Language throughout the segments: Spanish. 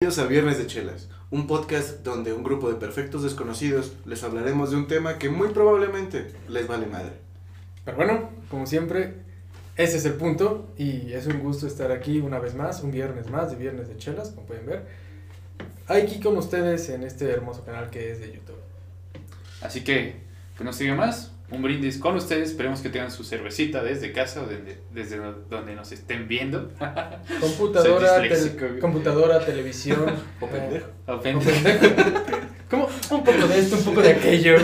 Bienvenidos a Viernes de Chelas, un podcast donde un grupo de perfectos desconocidos les hablaremos de un tema que muy probablemente les vale madre. Pero bueno, como siempre, ese es el punto y es un gusto estar aquí una vez más, un viernes más de Viernes de Chelas, como pueden ver. Aquí con ustedes en este hermoso canal que es de YouTube. Así que, que no siga más. Un brindis con ustedes. Esperemos que tengan su cervecita desde casa o desde, desde donde nos estén viendo. Computadora, Soy tel- disléxico. computadora televisión. O pendejo. O eh, o pen- pendejo. ¿Cómo? Un poco de esto, un poco de aquello.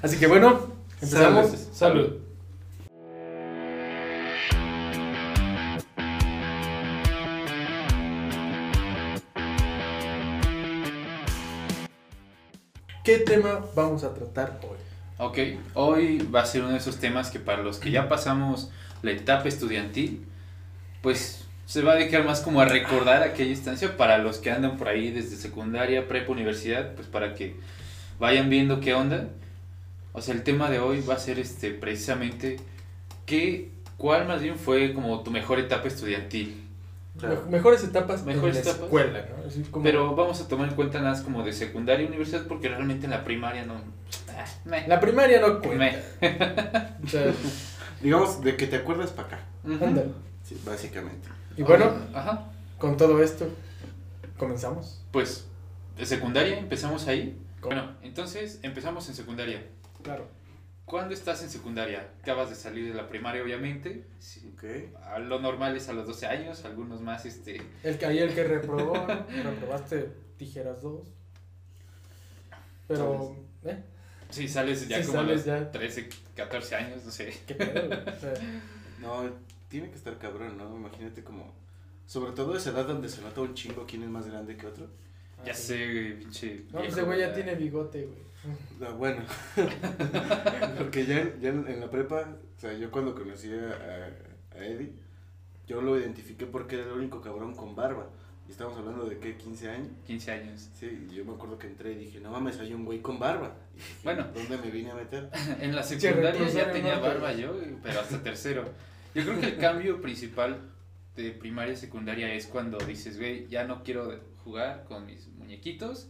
Así que bueno, empezamos. Salud. Salud. ¿Qué tema vamos a tratar hoy? Ok, hoy va a ser uno de esos temas que para los que ya pasamos la etapa estudiantil, pues se va a dedicar más como a recordar aquella instancia para los que andan por ahí desde secundaria, prepa, universidad, pues para que vayan viendo qué onda. O sea, el tema de hoy va a ser este precisamente qué cuál más bien fue como tu mejor etapa estudiantil. Claro. Me- Mejores etapas Mejores en la etapas. escuela, ¿no? Así como- Pero vamos a tomar en cuenta nada más como de secundaria y universidad porque realmente en la primaria no ah, meh, La primaria no cuenta. meh. O sea, Digamos, de que te acuerdas para acá, Ujú. ándale. sí, básicamente. Y bueno, ajá. con todo esto, comenzamos. Pues, de secundaria empezamos ahí. Con- Bueno, entonces empezamos en secundaria. Claro. ¿Cuándo estás en secundaria? Acabas de salir de la primaria, obviamente. Sí. Ok. A lo normal es a los 12 años, algunos más, este... El que, ahí el que reprobó, ¿no? reprobaste tijeras 2. Pero, ¿eh? Sí, sales ya Sí, como sales a los ya. 13, 14 años, no sé. ¿Qué pedo? güey? O sea, No, tiene que estar cabrón, ¿no? Imagínate como... Sobre todo esa edad donde se nota un chingo quién es más grande que otro. Ya así. sé, güey, Ah, pinche... No, pues viejo, ese güey ya ¿verdad? tiene bigote, güey. Ah, bueno. Porque ya, en- ya en en la prepa, o sea, yo cuando conocí a, a Eddie, yo lo identifiqué porque era el único cabrón con barba. Y estamos hablando de qué, 15 años. 15 años. Sí, y yo me acuerdo que entré y dije, no mames, hay un güey con barba. Y dije, Bueno. ¿Dónde me vine a meter? En la secundaria reclusorio, ya tenía ¿no? barba yo, pero hasta tercero. Yo creo que el cambio principal de primaria a secundaria es cuando dices, güey, ya no quiero jugar con mis muñequitos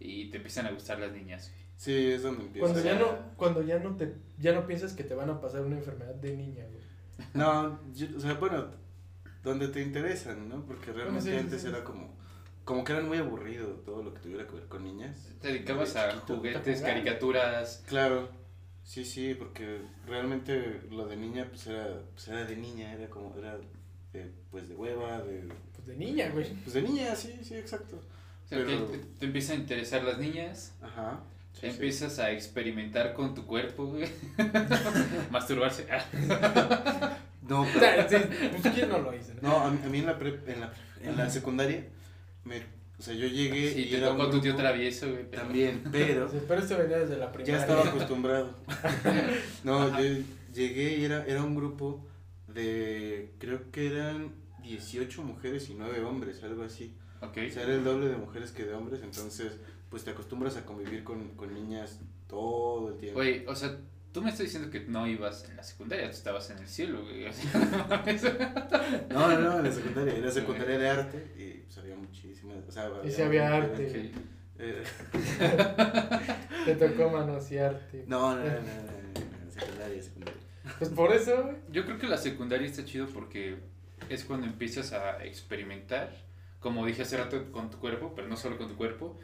y te empiezan a gustar las niñas. güey. Sí, es donde empieza. Cuando O ya sea, no, cuando ya no te, ya no piensas que te van a pasar una enfermedad de niña, güey. No, yo- o sea, bueno, donde te interesan, ¿no? Porque realmente sí, sí, antes sí. era como, como que eran muy aburrido todo lo que tuviera que ver con niñas. Te dedicabas Desde a chiquito. juguetes, a jugar. caricaturas. Claro, sí, sí, porque realmente lo de niña, pues era, pues era de niña, era como, era de, pues de hueva, de, Pues de niña, güey. pues de niña, sí, sí, exacto. O sea, que Pero- te, te empiezan a interesar las niñas. Ajá. sí, sí. empiezas a experimentar con tu cuerpo, güey. Masturbarse. No, O sea, sí, pues, ¿quién no lo hizo? no? No, a mí, a mí en la prep- en la, en la secundaria, me, o sea, yo llegué Sí, y te era un tocó tu tío grupo- travieso, güey. pero- También, pero Sí, Pero esto venía desde la ya primaria. estaba acostumbrado. No, yo llegué y era, era un grupo de, creo que eran 18 mujeres y 9 hombres, algo así. Ok. O sea, era el doble de mujeres que de hombres, entonces, pues te acostumbras a convivir con, con niñas todo el tiempo. Güey, o sea, tú me estás diciendo que no ibas en la secundaria, tú estabas en el cielo, güey. o sea, No, no, no, en la secundaria, en la secundaria de arte y pues había muchísimas, o sea, Y sí había mujeres arte. que- que- eh, Te tocó manosearte. No, no, no, no, no, no, no, secundaria, secundaria. Pues por eso, güey. Yo creo que la secundaria está chido porque es cuando empiezas a experimentar, como dije hace rato, con tu cuerpo, pero no solo con tu cuerpo.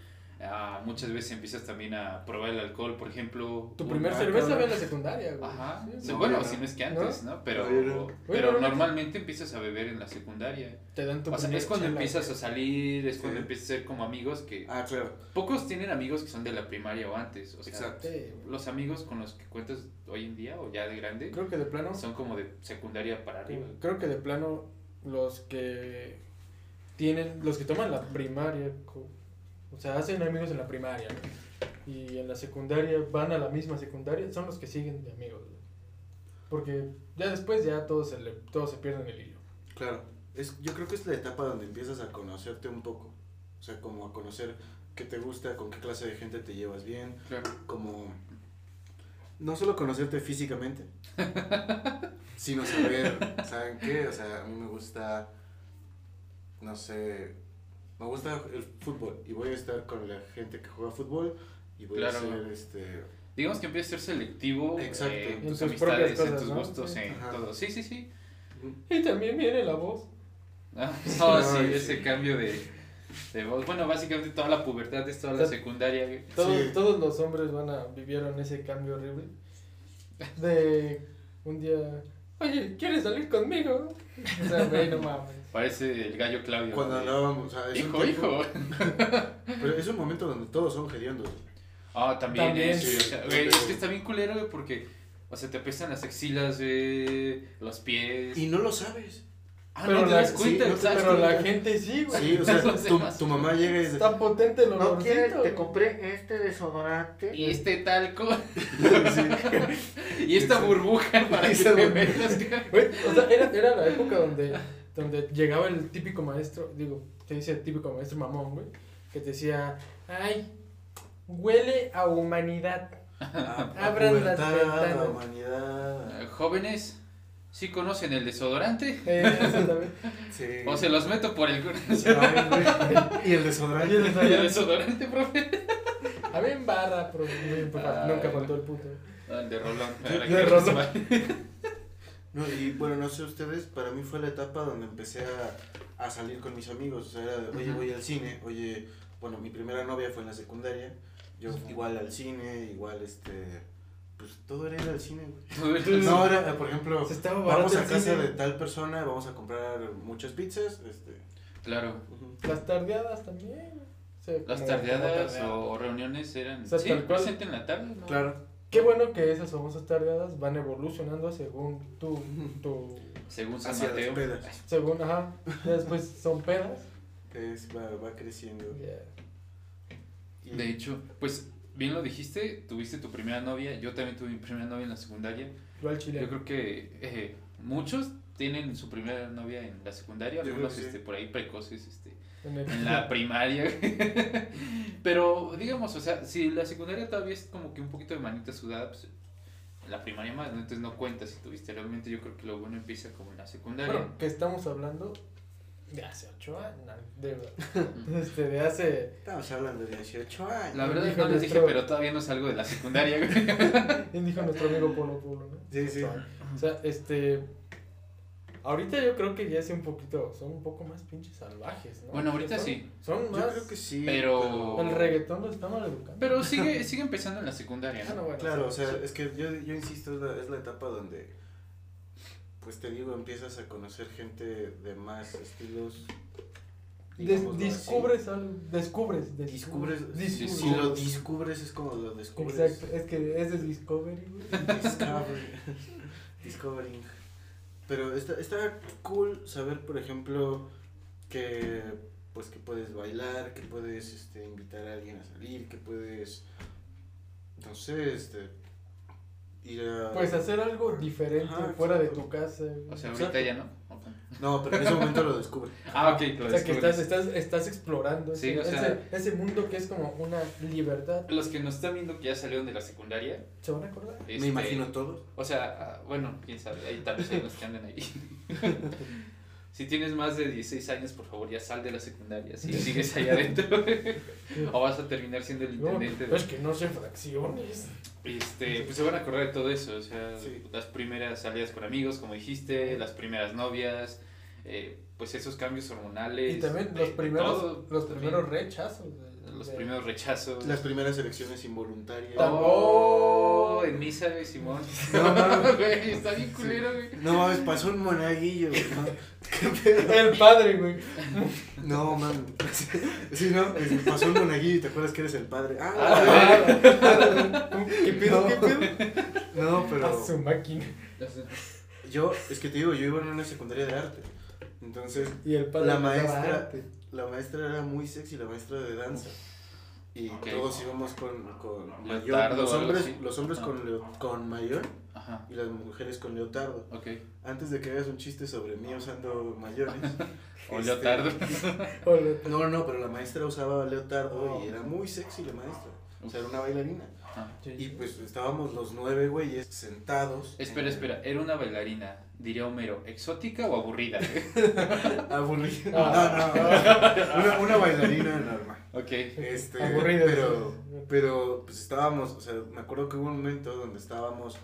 ah, muchas veces empiezas también a probar el alcohol, por ejemplo. Tu un- primer Ah, cerveza cabrón. fue en la secundaria, güey. Ajá. Sí, Sí, No, bueno, yo no. si no es que antes, ¿no? Pero, No, yo no. pero Bueno, no, normalmente empiezas a beber en la secundaria. Te dan tu O sea, primer es cuando chela, empiezas a güey. salir, es cuando Sí. empiezas a ser como amigos que... Ah, claro, Pocos tienen amigos que son de la primaria o antes. O sea, exacto. Sí, güey. los amigos con los que cuentas hoy en día o ya de grande Creo que de plano. son como de secundaria para arriba. Creo que de plano los que tienen, los que toman la primaria, co- o sea, hacen amigos en la primaria ¿no? y en la secundaria van a la misma secundaria, son los que siguen de amigos, güey. porque ya después ya todos se, le, todos se pierden el hilo. Claro, es, yo creo que es la etapa donde empiezas a conocerte un poco. O sea, como a conocer qué te gusta, con qué clase de gente te llevas bien, Claro. como... No solo conocerte físicamente, sino saber, ¿saben qué? O sea, a mí me gusta, no sé, me gusta el fútbol y voy a estar con la gente que juega fútbol y voy Claro. a ser este. Digamos que empieza a ser selectivo eh, Exacto. en En tus tus amistades, propias en cosas, tus ¿no? gustos, Sí. en Ajá. todo. Sí, sí, sí. Y también viene la voz. Ah, Ay, no, sí, sí. ese cambio de, de voz. Bueno, básicamente toda la pubertad es toda la Estás- secundaria. güey. Todos, Sí. todos los hombres van a vivieron ese cambio horrible. De un día, oye, ¿quieres salir conmigo? O sea, güey, no mames. Parece el gallo Claudio. Cuando de, hablábamos, o sea, es un hijo, tiempo- hijo. Pero es un momento donde todos son hediondos. Ah, también, También, eh, sí, sí. o sea, güey, es que está bien culero, güey, porque, o sea, te apestan las axilas, güey, los pies. Y no lo sabes. Ah, pero no te la- das sí, cuenta, no te- ¿sabes? Pero la gente sí, güey. Sí, o sea, Los tu, demás. tu mamá llega y dice, Está potente el No quieres, este olorcito. te compré este desodorante. Y este talco, sí, y esta Exacto. burbuja para que Esa te burbuja. metas. Güey, o sea, era, era la época donde, donde llegaba el típico maestro, digo, te dice el típico maestro mamón, güey, que te decía, ay, huele a humanidad. "A- a Abran las pubertad, a ventanas". humanidad. Ah, Jóvenes, ¿sí conocen el desodorante? Eh, eso también. Sí. O se los meto por el culo. Ay, güey. y el desodorante. Oye, ¿El desodorante, profe? A mí en barra, pero muy importante, Ay, nunca güey. faltó el puto. Ah, el de Rolón. Yo- Ahora yo que de Rolón. resbala. No, y bueno, no sé ustedes, para mí fue la etapa donde empecé a, a salir con mis amigos. O sea, era de, oye, Ujú. voy al cine, oye, bueno, mi primera novia fue en la secundaria. Yo Ujú. igual al cine, igual este. Pues todo era ir al cine, güey. Todo el- No, era, eh, por ejemplo, Se estaba barato vamos a el casa cine. de tal persona, vamos a comprar muchas pizzas. Este, Claro. ujú. Las tardeadas también. o sea, Las como- tardeadas como tardeada. o reuniones eran. O sea, sí, tal cual. presente en la tarde, ¿no? Claro. Qué bueno que esas famosas tardeadas van evolucionando según tu, tu Según San Hacia las Mateo. pedas. según, ajá, ya después son pedas. Que es- va, va creciendo. ya. Y- De hecho, pues bien lo dijiste, tuviste tu primera novia, yo también tuve mi primera novia en la secundaria. Yo al chile. Yo creo que eh, muchos tienen su primera novia en la secundaria, Yo creo algunos que sí. este, por ahí precoces este, en el- en la primaria. Pero digamos, o sea, si la secundaria todavía es como que un poquito de manita sudada, pues en la primaria más, ¿no? entonces no cuenta si tuviste realmente, yo creo que lo bueno empieza como en la secundaria. Bueno, que estamos hablando de hace ocho años. no, De, Mm. este, de hace. Estamos hablando de 18 años. La verdad Dijo no les dije, nuestro- pero todavía no salgo de la secundaria. güey. Dijo nuestro amigo Polo Polo, ¿no? Sí, sí. O sea, este. Ahorita yo creo que ya es un poquito. Son un poco más pinches salvajes, ¿no? Bueno, ahorita Son- sí. Son más. Yo creo que sí. pero- El reggaetón lo está mal educando. Pero sigue, sigue empezando en la secundaria, Ah, no, ¿no? bueno, Claro, o sí. sea, es que yo, yo insisto, es la, es la etapa donde, pues te digo, empiezas a conocer gente de más estilos. Des- digámoslo así. descubres algo. Descubres. Discubres, Discubres. si lo discubres es como lo descubres. Exacto. Es que ese es Discovery, güey. Discovery. Discovering. Pero está, está cool saber, por ejemplo, que pues que puedes bailar, que puedes este, invitar a alguien a salir, que puedes, no sé, este, ir a... Pues hacer algo diferente Ajá, fuera de exacto. tu casa. güey. O sea, ahorita ya no. Ok. No, pero en ese momento lo descubre. Ah, ok, lo O sea, que estás, descubres. estás, estás explorando Sí, ese, o sea- ese- ese mundo que es como una libertad. Los que nos están viendo que ya salieron de la secundaria. ¿Se van a acordar? este, Me imagino todos. O sea, ah, bueno, quién sabe, ahí tal vez hay los que anden ahí. Si tienes más de 16 años, por favor, ya sal de la secundaria. Si sigues ahí adentro, o vas a terminar siendo el No, pues, intendente. no, es que no sé fracciones. Este, pues se van a acordar de todo eso, o sea, Sí. las primeras salidas con amigos, como dijiste, las primeras novias, eh, pues esos cambios hormonales. Y también de- los de primeros, todo, los también. primeros rechazos. de- Los de- primeros rechazos. Las primeras elecciones involuntarias. Tam- Oh, en misa, güey, Simón. No, no. Güey, está bien culero, güey. No mames, pasó un monaguillo, güey, ¿no? ¿Qué pedo? El padre, güey. No, mames. Sí, no, es- pasó un monaguillo y te acuerdas que eres el padre. Ah, ¿Qué pedo? ¿Qué pedo? no, pero. A su máquina. Yo, es que te digo, yo iba en una secundaria de arte. Entonces, Y el padre. La le daba maestra. arte. la maestra era muy sexy, la maestra de danza. Y Ok. todos íbamos con, con Leotardo mayor. o Los algo hombres, así. Ah. los hombres con, leo- con mayor Ajá, y las mujeres con leotardo. ok. Antes de que hagas un chiste sobre mí usando mayones. O este, leotardo. Hola. Oh. No, no, pero la maestra usaba leotardo y era muy sexy la maestra. O sea, era una bailarina. Ajá. Sí, Y sí. pues estábamos los nueve güeyes sentados. Espera, espera, era una bailarina, diría Homero, ¿exótica o aburrida? Aburrida. Ah. No, no, no. Una, una bailarina normal. ok. Este, Aburrida, Pero, sí. pero pues estábamos, o sea, me acuerdo que hubo un momento donde estábamos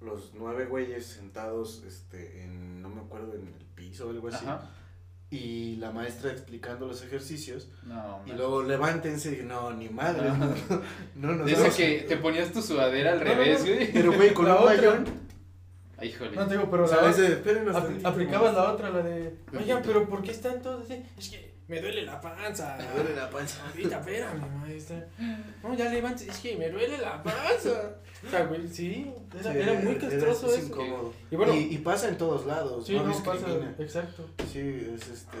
los nueve güeyes sentados, este, en, no me acuerdo, en el piso o algo así. Ajá. Y la maestra explicando los ejercicios. Y No, hombre. luego levántense y no, ni madre. Ajá. No, no nos De esa vamos. que te ponías tu sudadera al No, revés, no, no. güey. Pero güey, con La un otra. bayón. Ay, Híjole. No te digo, pero o la sea, otra- ese, espérenos apl- tantito. aplicabas la otra, la de. Oigan, pero ¿por qué están todos así? Es que me duele la panza. Me duele la panza. Ahorita, espérame, maestra. No, ya levantes, es que me duele la panza. O sea, güey, sí, era, Sí, era muy castroso es eso. incómodo. Y bueno, y, y pasa en todos lados, sí, no, no, pasa, discrimina. exacto. Sí, es este.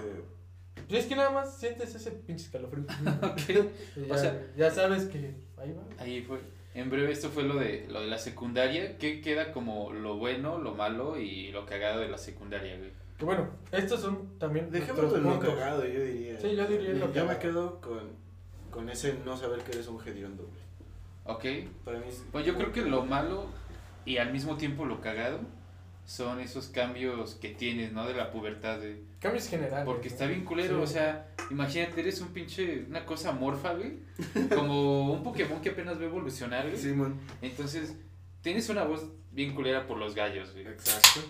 Pues es que nada más sientes ese pinche escalofrío. Ok. Y O ya, sea- ya sabes que ahí va. Ahí fue. En breve, esto fue lo de, lo de la secundaria. ¿Qué queda como lo bueno, lo malo y lo cagado de la secundaria, güey? Que bueno, estos son también Dejémoslo nuestros en lo puntos. cagado, yo diría. Sí, yo diría en lo Yo me cagado. quedo con, con ese no saber que eres un hediondo, güey. Ok. Para mí. es- Pues yo creo que lo malo y al mismo tiempo lo cagado son esos cambios que tienes, ¿no? De la pubertad, güey. Cambios generales. Porque ¿no? está bien culero, Sí. o sea, imagínate, eres un pinche, una cosa morfa, güey. Como un Pokémon que apenas ve evolucionar, güey. Simón. Entonces, tienes una voz bien culera por los gallos, güey. Exacto.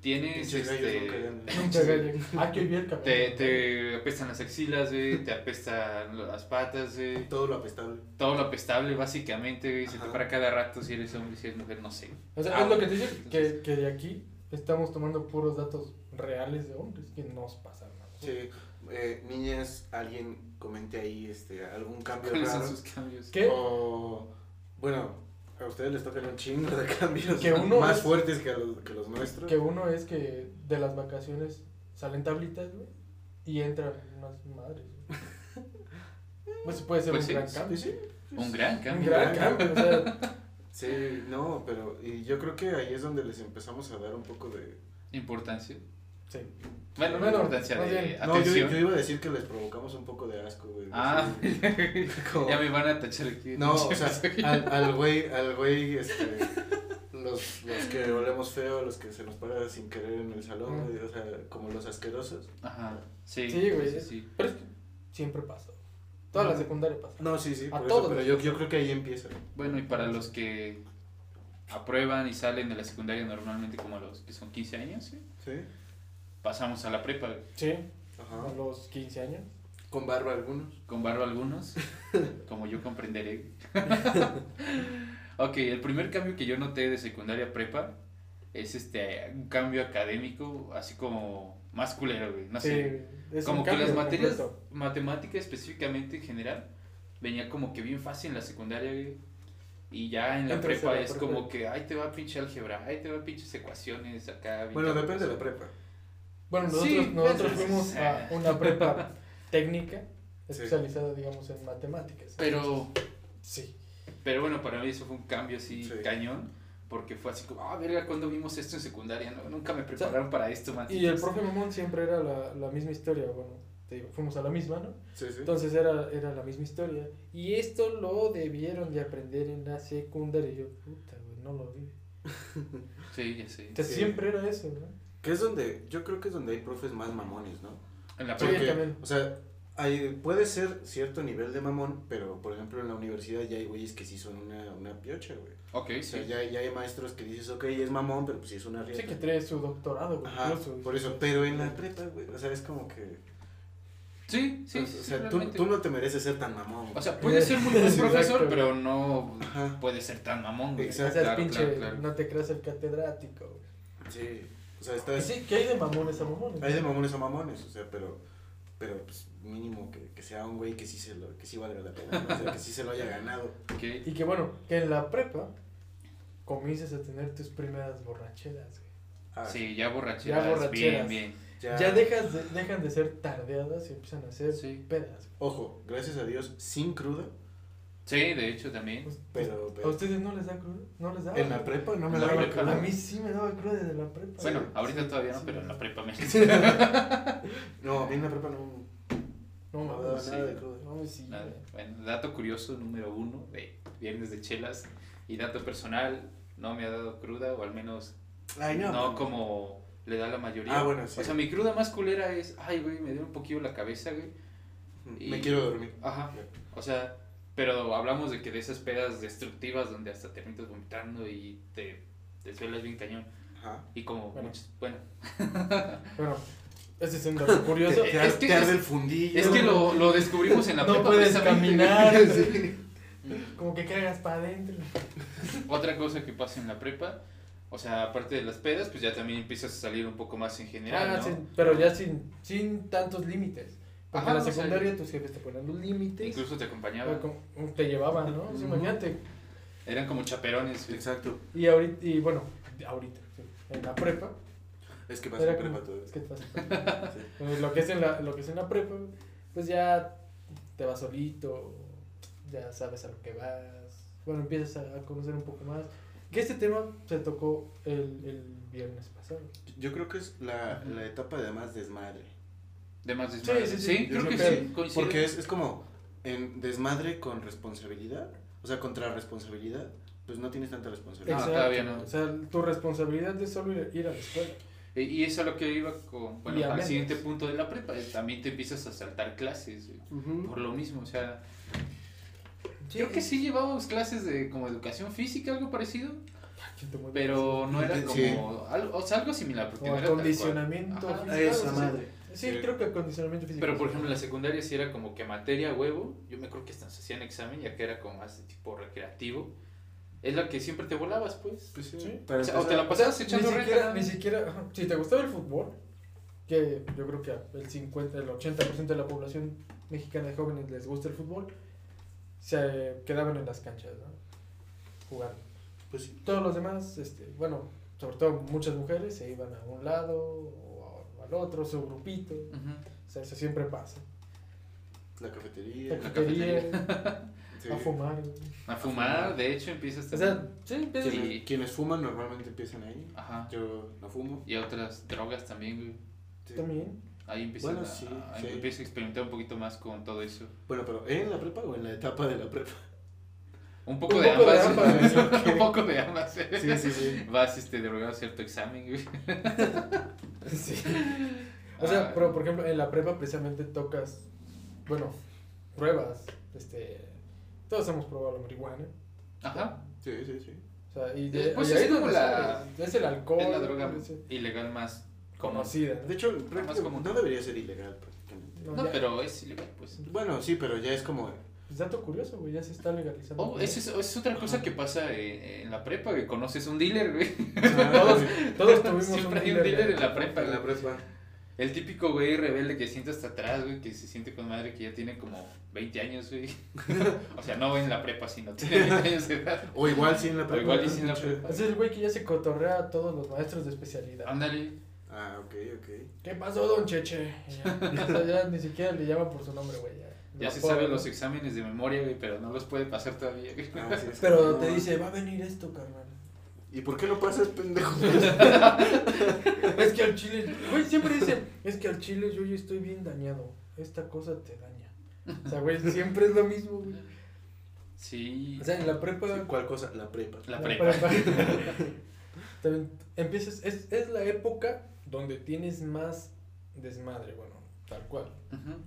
Tienes, Pinches gallos nunca este... ganan. Muchas gracias. Ah, que bien, cabrón. Te, te apestan las axilas, güey, te apestan las patas, güey. Todo lo apestable. Todo lo apestable, básicamente, güey. Se te Ajá. para cada rato si eres hombre, si eres mujer, no sé. O sea, es lo que te dice Ah. que, que de aquí estamos tomando puros datos reales de hombres que nos pasan. ¿no? Sí. Eh, niñas, alguien comente ahí este, algún cambio ¿Cuáles son raro. sus cambios? ¿Qué? O. Bueno. A ustedes les tocan un chingo de cambios Que uno más es- fuertes que, a los, que los nuestros. Que uno es que de las vacaciones salen tablitas, güey, y entran unas madres. güey. Pues puede ser Pues un sí, gran sí, cambio. Sí, sí. Un gran Un cambio. gran gran cambio. O sea, Sí, no, pero y yo creo que ahí es donde les empezamos a dar un poco de... Importancia. sí. Bueno, no Bueno, importancia más de bien. No, yo, atención. yo iba a decir que les provocamos un poco de asco, güey. Ah, así, como- ya me van a tachar aquí. No, o sea, al, al güey, al güey, este, los, los que olemos feo, los que se nos para sin querer en el salón, güey, o sea, como los asquerosos. Ajá, sí. Sí, güey. Sí, sí. Pero es que siempre pasa. Toda la secundaria pasa. No, sí, sí, A por eso, todos. pero yo, yo creo que ahí empieza. Bueno, y para los que aprueban y salen de la secundaria normalmente como los que son 15 años, ¿sí? ¿Sí? pasamos a la prepa güey. Sí, a Ajá. los 15 años. Con barba algunos. con barro algunos, como yo comprenderé. ok, el primer cambio que yo noté de secundaria a prepa es este un cambio académico así como más culero, güey, no Sí, sé. Eh, es un Como que cambio las materias completo. matemática específicamente en general venía como que bien fácil en la secundaria, güey. Y ya en la Entras a prepa la es prepa. como que, ay, te va pinche álgebra, ay, te va pinches ecuaciones acá. bien Bueno, cabrón". depende de la prepa. Bueno, Sí, nosotros, nosotros pero- fuimos a una prepa técnica Sí. especializada, digamos, en matemáticas. Pero, Sí. pero bueno, para mí eso fue un cambio así Sí. cañón, porque fue así como, ah, verga, ¿cuándo vimos esto en secundaria? No, nunca me prepararon para Y esto, el malditos". profe Mamón siempre era la, la misma historia. Bueno, te digo, fuimos a la misma, ¿no? Sí, sí. Entonces era, era la misma historia. Y esto lo debieron de aprender en la secundaria. Y yo, puta, güey, no lo vi. Sí, ya sé. Entonces Sí. siempre era eso, ¿no? Que es donde, yo creo que es donde hay profes más mamones, ¿no? En la Sí, prepa. también. Porque, o sea, hay, puede ser cierto nivel de mamón, pero por ejemplo en la universidad ya hay güeyes que sí son una, una piocha, güey. Ok, O sea, sí. ya, ya hay maestros que dices, ok, es mamón, pero pues sí es una Sí rieta. que trae su doctorado, güey, Ajá, incluso. por eso, pero en la prepa, güey, o sea, es como que... Sí, sí, o sí, sea, tú, realmente. tú no te mereces ser tan mamón. O güey. sea, puede ser muy buen Sí, profesor, exacto. pero no Ajá, puede ser tan mamón, güey. O Exacto. sea, Claro, pinche, claro, claro. no te creas el catedrático. güey. sí, o sea, está... Y Sí, que hay de mamones a mamones. Pues Hay de mamones a mamones, o sea, pero... Pero, pues, mínimo que, que sea un güey que sí se lo... Que sí valga la pena, ¿no? o sea, que sí se lo haya ganado. Ok. Y que bueno, que en la prepa comiences a tener tus primeras borracheras, güey. Ah, Sí, ya borracheras, Ya borracheras. bien, bien. ya- Ya dejas de- dejan de ser tardeadas y empiezan a ser Sí. pedas, güey. Ojo, gracias a Dios, sin cruda, Sí, de hecho también. Ust- pero... ¿A pero ustedes no les da cruda? ¿No les da? en la prepa no me En la daba prepa, cruda. A mí sí me daba cruda desde la prepa. Bueno, güey. ahorita Sí, todavía no, sí pero en me la daba. prepa me No, a mí en la prepa no, No, no me mames. daba Sí. nada de cruda. mames, sí. Nada. güey. Bueno, dato curioso número uno de Viernes de Chelas y dato personal, no me ha dado cruda o al menos Ay, no. no como le da la mayoría. Ah, bueno, sí. O sea, mi cruda más culera es, ay, güey, me dio un poquillo la cabeza, güey. Me quiero dormir. Ajá. O sea, pero hablamos de que de esas pedas destructivas donde hasta terminas vomitando y te desvelas bien cañón. Ajá. Y como Bueno. muchos- bueno, Bueno, ese es un dato Te, curioso. te ar- es que- te arde es- el fundillo. es que lo, lo descubrimos en la No prepa puedes precisamente, güey. caminar. Sí. Como que cagas para adentro. Otra cosa que pasa en la prepa, o sea, aparte de las pedas, pues ya también empiezas a salir un poco más en general, Ah, ¿no? sin- pero ya sin, sin tantos límites. Porque Ajá, en o la sea, secundaria tus jefes te ponían los límites. Incluso te o acompañaban. como- Te llevaban, ¿no? O sea, Ujú. imagínate. Eran como chaperones. güey. Exacto. Y ahorita, y bueno, ahorita, sí, en la prepa. Es que Pues vas Era a como, prepa todo. es que te vas a prepa. Eh, lo, que es en la, lo que es en la prepa, pues ya te vas solito, ya sabes a lo que vas. Bueno, empiezas a a conocer un poco más. Que este tema se tocó el, el viernes pasado. Yo creo que es la, la etapa de más desmadre. De más desmadre. Sí, sí, Sí, sí. creo Yo que creo sí, coincido. Porque es, es como en desmadre con responsabilidad. O sea, contra responsabilidad, pues no tienes tanta responsabilidad. Ah, todavía no. O sea, tu responsabilidad es solo ir, ir a la escuela. Y- E, Y eso es a lo que iba con, bueno, Y al hablemos. siguiente punto de la prepa, es también te empiezas a saltar clases, güey, por lo mismo, o sea, creo que sí llevábamos clases de como educación física, algo parecido, pero no era Sí. como, algo, o sea, algo similar, porque O no era tal cual. acondicionamiento Ajá. físico. A esa Sí. madre. Sí, creo que acondicionamiento físico. Pero por ejemplo en la secundaria sí era como que materia huevo, yo me creo que hasta se hacían examen ya que era como más de tipo recreativo, es la que siempre te volabas pues. Pues sí. Sí. Para o sea, o te la empezar, pasabas ni echando siquiera, reta. ni siquiera, ajá, si te gustaba el fútbol, que yo creo que el 50, el 80% de la población mexicana de jóvenes les gusta el fútbol, se quedaban en las canchas, ¿no? Jugando. pues sí. Todos los demás, este, bueno, sobre todo muchas mujeres se iban a un lado o a- o al otro, su grupito, Ujú. o sea, eso siempre pasa. La cafetería. La cafetería. cafetería, sí. a fumar. güey. A fumar, de hecho empiezas O sea, sí, empiezas- Sí. Quienes, quienes fuman normalmente empiezan ahí. Ajá. Yo no fumo. Y a otras drogas también, güey. Sí. también. Ahí empieza Bueno, a, sí, a- sí. empiezo a experimentar un poquito más con todo eso. Bueno, pero ¿en la prepa o en la etapa de la prepa? Un poco Un de poco de ambas. ambas, güey. un poco de ambas. Sí, sí, sí. Vas este, drogado a cierto examen, güey. Sí. O sea, Ah, pero por ejemplo, en la prepa precisamente tocas, bueno, pruebas, este, todos hemos probado la marihuana, Ajá. Sí, sí, sí. o sea, y Eh, pues y es ahí como donde la- sale, es el alcohol, es la droga es ilegal más conocida. conocida, De hecho, prácticamente como- no debería ser ilegal prácticamente. ¿no? No, ya. pero es ilegal, pues. Bueno, sí, pero ya es como... Pues, dato curioso, güey, ya se está legalizando. Oh, esa es, esa es otra cosa que pasa eh, en la prepa, que conoces un dealer, güey. Todos- Todos tuvimos Siempre hay un dealer en la prepa, en la güey. prepa. El típico güey rebelde que siente hasta atrás, güey, que se siente con madre que ya tiene como 20 años, güey. o sea, no en la prepa, sino tiene 20 años de edad. O igual sí en la O prepa. igual y ¿no? sí en la Sí. prepa. Así es el güey que ya se cotorrea a todos los maestros de especialidad. Ándale. Ah, ok, ok. ¿Qué pasó, don Cheche? Ya, o sea, ya ni siquiera le llaman por su nombre, güey. Ya, Ya Lo se apodan, sabe ¿no? los exámenes de memoria, güey, pero no los puede pasar todavía. güey. Ah, sí, es Pero como- te dice, va a venir esto, carnal. ¿Y por qué no pasas, pendejo? Es que al chile, güey, siempre dicen, es que al chile yo ya estoy bien dañado. Esta cosa te daña. O sea, güey, siempre es lo mismo, güey. Sí. O sea, en la prepa. ¿Cuál cosa? La prepa. La prepa. También empiezas, es, es la época donde tienes más desmadre, bueno, tal cual. Ujú.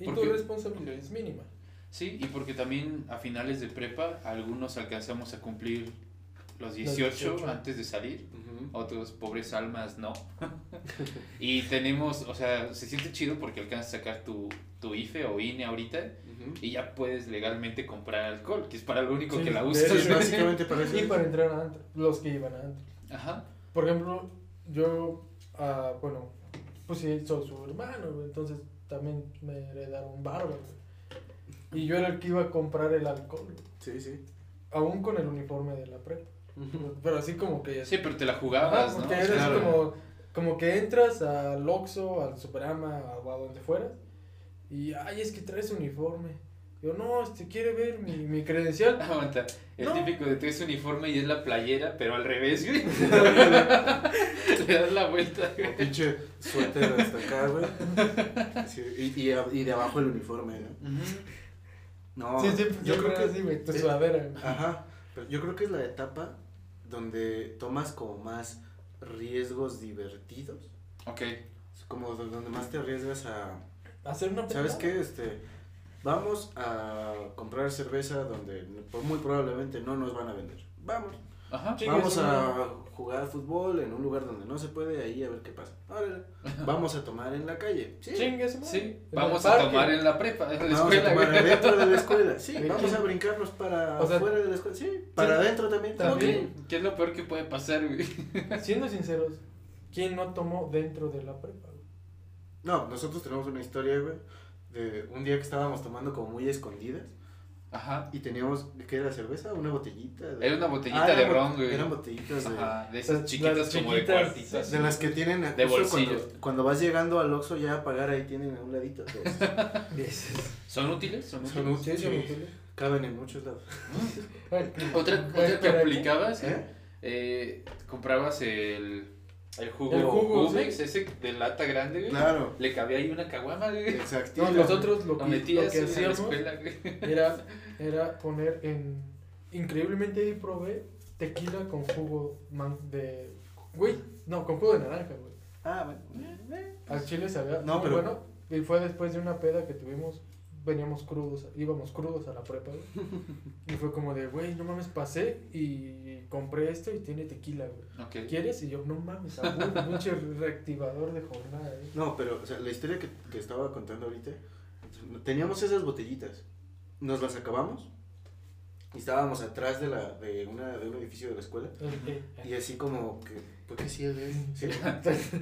Y ¿Por tu qué? responsabilidad es mínima. Sí, y porque también a finales de prepa algunos alcanzamos a cumplir los 18, 18. antes de salir, Ujú. otros pobres almas no. y tenemos, o sea, se siente chido porque alcanzas a sacar tu, tu IFE o INE ahorita Ujú. y ya puedes legalmente comprar alcohol, que es para lo único Sí, que la de usas. hecho, Sí, güey. básicamente para eso. Y es. para entrar a antro, los que iban a antro. Ajá. Por ejemplo, yo, ah, bueno, pues sí, soy su hermano, güey, entonces también me heredaron barba, güey. Y yo era el que iba a comprar el alcohol, güey, Sí, sí. aún con el uniforme de la prepa. Ujú. Pero así como que... Sí, pero te la Ajá, jugabas, ¿no? Ah, porque eres Claro. como, como que entras al Oxxo, al Superama, o a donde fueras, y, ay, es que traes uniforme. Yo, no, este quiere ver mi, mi credencial. Aguanta, el No. típico de tres uniforme y es la playera, pero al revés, güey. Le das la vuelta, güey. O pinche suéter hasta acá, güey. Sí, y, y, a- y de abajo el uniforme, ¿no? No, sí, sí, Ah, yo creo que sí, güey, tu eh, sudadera. Ajá, pero yo creo que es la etapa donde tomas como más riesgos divertidos, Ok. es como do- donde más te arriesgas a, Hacer una ¿sabes pendejada. qué? Este, vamos a comprar cerveza donde po- muy probablemente no nos van a vender. Vamos, Ajá. Sí. Chingue vamos su a jugar fútbol en un lugar donde no se puede, ahí a ver qué pasa. Órale, vamos a tomar en la calle. Sí. Chingue su madre. Sí, En vamos el a parque. tomar en la prepa, en la Vamos a escuela. tomar güey. adentro de la escuela. Sí, Güey, vamos ¿quién? a brincarnos para O sea, afuera de la escuela. Sí, para sí. adentro también. También. ok. ¿Qué es lo peor que puede pasar, güey? Siendo sinceros, ¿quién no tomó dentro de la prepa? güey? No, nosotros tenemos una historia, güey, de un día que estábamos tomando como muy escondidas Ajá. y teníamos, ¿qué era cerveza? ¿Una botellita? de- Era una botellita de eran bot- ron, güey. Eran botellitas de... Ajá, de Las esas chiquitas como de chiquitas, cuartitas. De las que tienen De justo bolsillo. Cuando, cuando vas llegando al Oxxo ya a pagar ahí tienen a un ladito. pues, ¿Son útiles? ¿Son útiles? Son Sí, útiles. sí, Sí. Caben en muchos lados. Otra, Güey, otra que pero- aplicabas, ¿Eh? eh, comprabas el, el jugo, El jugo, Jumex, sí. ese de lata grande, güey. Claro. Le cabía ahí una caguama, güey. Exacto. No, nosotros lo Lo que, lo metías que en la hacíamos escuela, güey. era, era poner en. Increíblemente ahí probé tequila con jugo man- de. Güey, no, con jugo de naranja, güey. Ah, bueno. eh, Al chile sabía No, muy pero- bueno. Y fue después de una peda que tuvimos. Veníamos crudos, íbamos crudos a la prepa, güey. Y fue como de, güey, no mames, pasé y compré esto y tiene tequila, güey. Ok. ¿Quieres? Y yo, no mames, a huevo, pinche reactivador de jornada, eh. No, pero o sea, la historia que, que estaba contando ahorita, teníamos esas botellitas, nos las acabamos y estábamos atrás de, la, de, una, de un edificio de la escuela y así como que, ¿por qué sirve? Sí.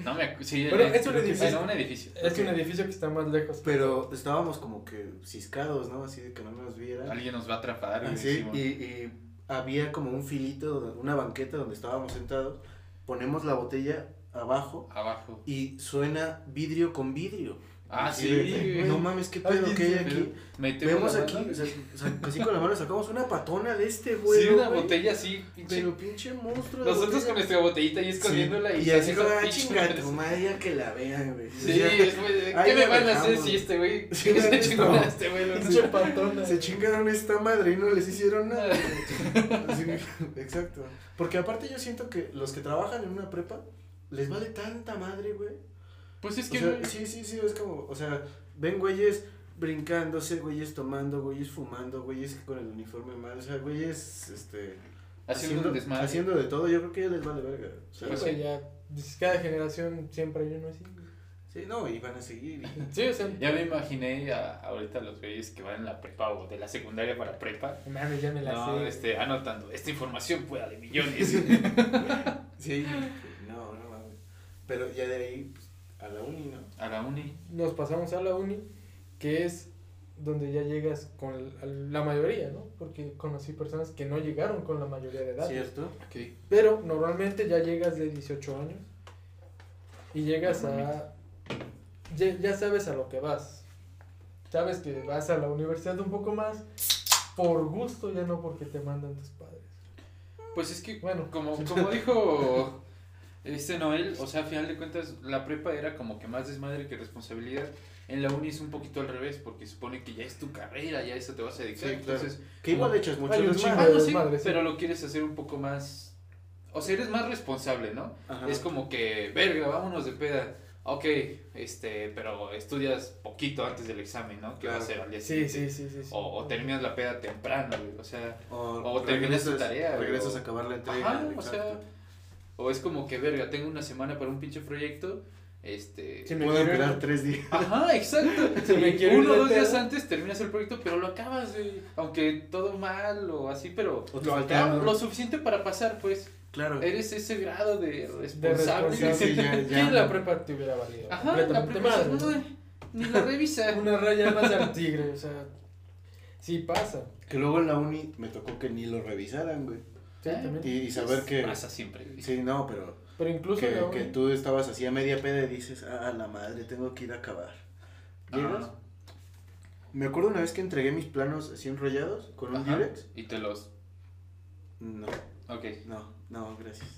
No me acu- sí, Pero era- es un creo que edificio. Era un edificio. Es un edificio que está más lejos. Pero estábamos como que ciscados, ¿no? Así de que no nos vieran. Alguien nos va a atrapar, güey. Así, Simón. Ah, y, y había como un filito, una banqueta donde estábamos sentados, ponemos la botella abajo Abajo. y suena vidrio con vidrio. Ah, Así sí, de, güey. No mames, qué Ay, pedo que hay Dios aquí. Metemos Vemos la aquí, mano. o sea, o sea, así con la mano sacamos una patona de este güey. Sí, una botella así, pinche. Pero pinche monstruo. de Nosotros botella. con nuestra botellita y escondiéndola Sí, y, Y así con como, ah, chinga tu madre, ya que la vean, güey. Sí, Ya- es muy de, Ahí ¿Qué me la van a hacer dejamos. si este güey Sí, se la neta. chingó a este güey? lo- Pinche eh. patona. Se chingaron esta madre y no les hicieron nada. güey. Sí, exacto. Porque aparte yo siento que los que trabajan en una prepa les vale tanta madre, güey. Pues es O que sea, sí, sí, sí, es como, o sea, ven güeyes brincándose, güeyes tomando, güeyes fumando, güeyes con el uniforme mal, o sea, güeyes, este... haciendo un desmadre. haciendo de todo, yo creo que ya les vale verga. o sea, Pues Pues sí. ya, pues, cada generación siempre hay uno así. sí, no, y van a seguir. y- Sí, o sea, Ya me imaginé a- ahorita los güeyes que van en la prepa o de la secundaria para prepa. mames, ya me la No, sé. este, anotando. Esta información pueda de millones. Sí, no, no mames. Pero ya de ahí pues, a la uni, ¿no? a la uni. Nos pasamos a la uni, que es donde ya llegas con el- al- la mayoría, ¿no? Porque conocí personas que no llegaron con la mayoría de edad. ¿Cierto? Pero normalmente ya llegas de 18 años y llegas a... Ya, ya sabes a lo que vas. Sabes que vas a la universidad un poco más por gusto, ya no porque te mandan tus padres. Pues es que, Bueno. como, como dijo este Noel, o sea, a final de cuentas, la prepa era como que más desmadre que responsabilidad. En la uni es un poquito al revés, porque supone que ya es tu carrera, ya a eso te vas a dedicar. Sí, claro. Entonces, Que igual le echas mucho Hay un desmadre. ah, no, sí, desmadre, sí. pero lo quieres hacer un poco más. O sea, eres más responsable, ¿no? Ajá. Es como que, verga, vámonos de peda. Ok, este, pero estudias poquito antes del examen, ¿no? Que va a Claro. ser al día Sí, siguiente. sí, sí, sí. sí. O, o terminas la peda temprano, güey, O sea, O, o terminas tu tarea, güey, Regresas o- a acabar la entrega. Ajá, o exacto. sea, o es como que, verga, tengo una semana para un pinche proyecto, este... Sí, me Puedo quiero ir- esperar tres días. Ajá, exacto. Si me Y quiero ir Uno o de dos días pedo. antes terminas el proyecto, pero lo acabas, güey. Aunque todo mal o así, pero... O te falta acabas algo. Lo suficiente para pasar, pues. Claro. Eres ese grado De de responsable. responsable. Sí, ya, ya. ¿Quién la prepa te hubiera valido? Ajá, la Completamente. prepa Madre. no, ni la revisa. Una raya más al tigre, o sea. Sí pasa. Que luego en la uni me tocó que ni lo revisaran, güey. Sí, ¿Eh? también. Y, y saber que. Pasa siempre. güey. Sí, no, pero. Pero incluso en la Que, uni, que tú estabas así a media peda y dices, ah, la madre, tengo que ir a acabar. Llegas. Ah, Me acuerdo una vez que entregué mis planos así enrollados con un ajá. Durex. Y te los... No, Ok. no, no, gracias.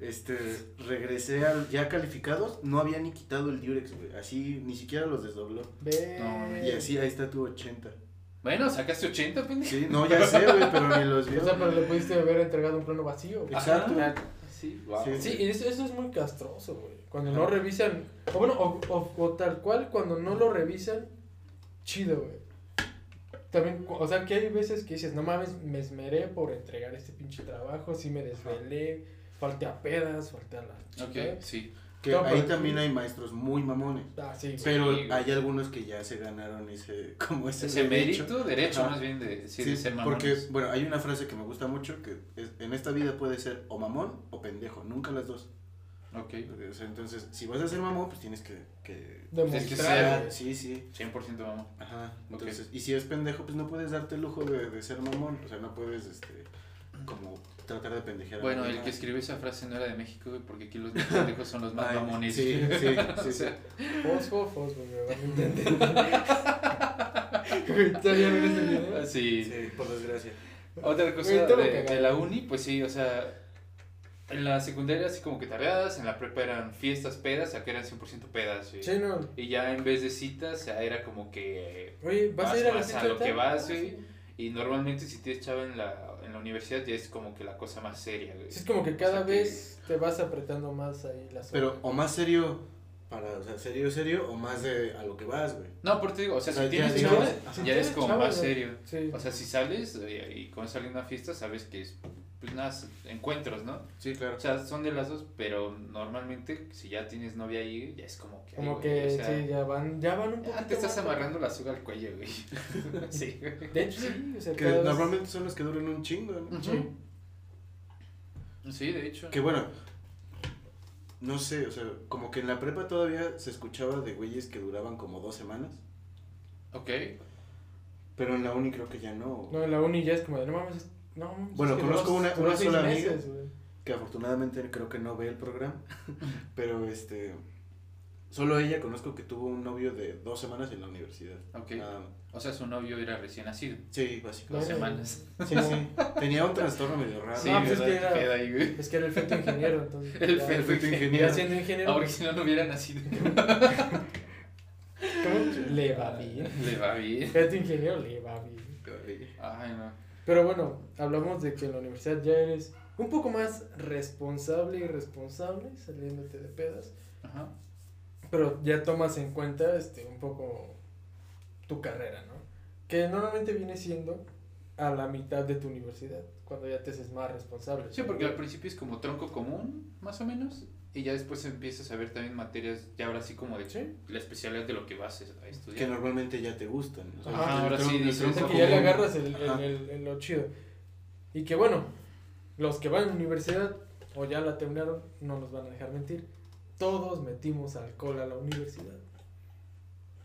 Este, regresé al, ya calificados, no había ni quitado el Durex, güey. Así, ni siquiera los desdobló. ve- No, Y así, ahí está tu 80. Bueno, sacaste 80, pendejo. Sí, no, ya sé, güey, pero ni los vio. O sea, pero le pudiste haber entregado un plano vacío. güey. Exacto. Ajá. Sí, wow. Sí. Sí, y eso, eso es muy castroso, güey. Cuando Ah. no revisan, o bueno, o, o- o tal cual, cuando no lo revisan, chido, güey. También, cu- o sea, que hay veces que dices, no mames, me esmeré por entregar este pinche trabajo, sí me desvelé, falté a pedas, falté a la... chingada. Ok, sí. Que No, ahí pero- también hay maestros muy mamones. Ah, sí, güey. Pero güey. hay algunos que ya se ganaron ese, como ese, Ese derecho. mérito, derecho Ajá. más bien de, sí, Sí, de ser mamón. porque, bueno, hay una frase que me gusta mucho que es, en esta vida puede ser o mamón o pendejo, nunca las dos. Ok, O sea, entonces, si vas a ser mamón, pues tienes que... que Es que Demostrar, sea- güey. sí, sí. 100% mamón. Ajá. Ok. Entonces, y si es pendejo, pues no puedes darte el lujo de, de ser mamón. O sea, no puedes, este, como tratar de pendejear. a Bueno, nadie el más. que escribió esa frase no era de México, güey, porque aquí los pendejos son los más Ay, mamones. Sí, sí, sí. sí. Fosfo, fosfo, me van a entender. Güey, ¿todavía no ves el video? Así. Sí, por desgracia. Otra cosa Güey, todo de, cagado. de la uni, pues sí, o sea, en la secundaria así como que tardeadas, en la prepa eran fiestas pedas, acá eran 100% pedas, güey. Sí, no. Y ya en vez de citas, ya era como que... Oye, ¿vas, a Vas ir a la más a cita lo tal? que vas, Ah, güey. sí. Y normalmente si tienes chava en la, en la universidad ya es como que la cosa más seria, güey. Sí, es como que O sea, cada vez te vas apretando más ahí la zona. Pero, o más serio, para, o sea, serio, serio, o más de a lo que vas, güey. No, por te digo, o sea, O sea, si ya tienes digamos, chava, ajá. ya es como Chava, más güey. serio. Sí. O sea, si sales eh, y con salir a una fiesta, sabes que es, pues nada, encuentros, ¿no? Sí, claro. O sea, son de las dos, pero normalmente si ya tienes novia ahí, ya es como que... ay, como güey, que o sea, sí, ya van, ya van un poquito. ya te estás más, amarrando la soga al cuello, güey. sí, güey. güey. De hecho, sí. O sea, Que cada vez- normalmente son los que duran un chingo, ¿no? Sí, de hecho. Que bueno, no sé, o sea, como que en la prepa todavía se escuchaba de güeyes que duraban como dos semanas, Ok. pero en la uni creo que ya no. No, en la uni ya es como de no mames. es- No, mames, Bueno, es que conozco duró- una- duró una seis sola meses, amiga. güey. Que afortunadamente creo que no ve el programa, pero este, solo ella conozco que tuvo un novio de dos semanas en la universidad. Ok. Ah, O sea, su novio era recién nacido. sí, Dos básicamente. Claro. semanas. Sí, sí. Tenía un trastorno medio raro. Sí, no, pues es ¿verdad? que era- Qué pedo ahí, güey. Es que era el feto ingeniero, entonces. El ya- feto Perfecto ya ingeniero. siendo ingeniero. pues, Ahora Ah, si no, no hubiera nacido. ¿cómo? Le va bien. Le va bien. Feto ingeniero le va bien. Ay, no. Pero bueno, hablamos de que en la universidad ya eres un poco más responsable y responsable saliéndote de pedas, Ajá. pero ya tomas en cuenta este un poco tu carrera, ¿no? Que normalmente viene siendo a la mitad de tu universidad, cuando ya te haces más responsable. Sí, porque al principio es como tronco común, más o menos, y ya después empiezas a ver también materias, ya ahora sí como de Sí. la especialidad de lo que vas a estudiar. Que normalmente ya te gustan. o sea, Ajá, el ahora sí, tronco- el dices, O sea, tronco que ya le común. agarras el, el- Ajá. el- el- lo chido. Y que bueno, los que van a la universidad o ya la terminaron, no nos van a dejar mentir. Todos metimos alcohol a la universidad.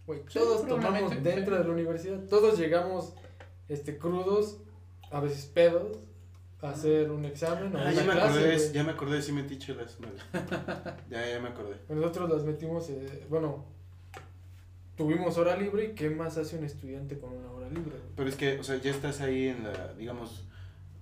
Güey, Sí, todos tomamos probablemente, dentro sí. de la universidad. Todos llegamos este, crudos, a veces pedos, a hacer un examen o Ah, ya una me clase. acordé, güey. ya me acordé, sí metí chelas. no, ya, ya me acordé. Nosotros las metimos, eh, bueno, tuvimos hora libre. ¿Y qué más hace un estudiante con una hora libre? güey? Pero es que, o sea, ya estás ahí en la, digamos,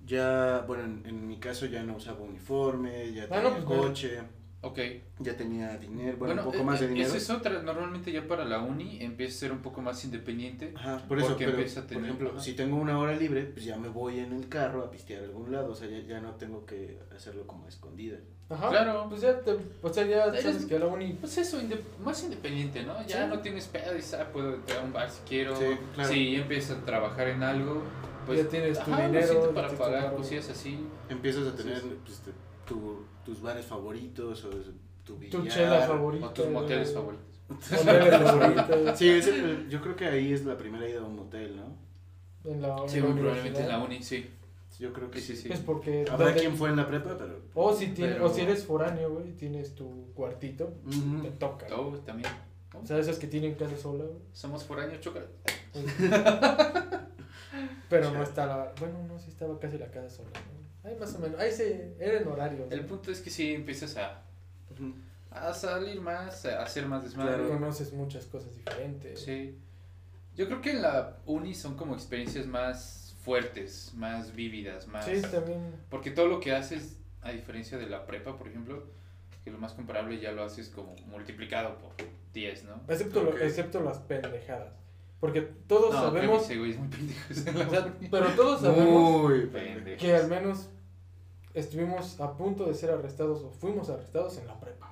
ya, bueno, en, en mi caso ya no usaba uniforme, ya Ah, tenía no, pues, bueno. coche, Ok. ya tenía dinero, bueno, Bueno, un poco eh, más de eh, dinero. Esa es otra, normalmente ya para la uni empieza a ser un poco más independiente. Ajá, por eso, porque pero, empieza a tener- por ejemplo, ajá. si tengo una hora libre, pues ya me voy en el carro a pistear a algún lado, o sea, ya, ya no tengo que hacerlo como a escondidas. Ajá. Claro. Pues ya te, o sea, ya Eres- sabes que a la uni. Pues eso, inde- más independiente, ¿no? Ya Sí. no tienes pedo y ah, puedo entrar a un bar si quiero. Sí, claro. Si empiezas a trabajar en algo, pues Ya tienes tu ajá, lo dinero, siento ya para tienes tu pagar carro. cosillas así. Empiezas a tener Sí, sí. pues, te- tu- tus bares favoritos o tu billar. Tu chela favorita. O tus moteles güey. favoritos. Tu motel favorito. Sí, es el- yo creo que ahí es la primera ida a un motel, ¿no? En la, Sí, en la muy probablemente en universidad. la uni, sí. Yo creo que Sí, sí. sí, Es porque. Habrá donde- quien fue en la prepa, pero... o, si tiene, pero- o si eres foráneo, güey, tienes tu cuartito, te Ujú. toca. güey. Oh, también. O sea, esas que tienen casa sola, güey. Somos foráneos, chocolate. Pero no está la. Bueno, no, sí estaba casi la casa sola. ¿no? Ahí más o menos. Ahí se. Era en horario. El ¿no? punto es que sí empiezas a Ujú. a salir más, a hacer más desmadre. Claro. Conoces muchas cosas diferentes. Sí. Yo creo que en la uni son como experiencias más fuertes, más vívidas, más... Sí, también. Porque todo lo que haces, a diferencia de la prepa, por ejemplo, que lo más comparable ya lo haces como multiplicado por 10, ¿no? Excepto, lo- Ok. excepto las pendejadas. Porque todos no, sabemos, Creo que ese güey es muy pendejo. es o la- sea, pero todos sabemos Muy pendejo. Pendejo. que al menos estuvimos a punto de ser arrestados o fuimos arrestados en la prepa.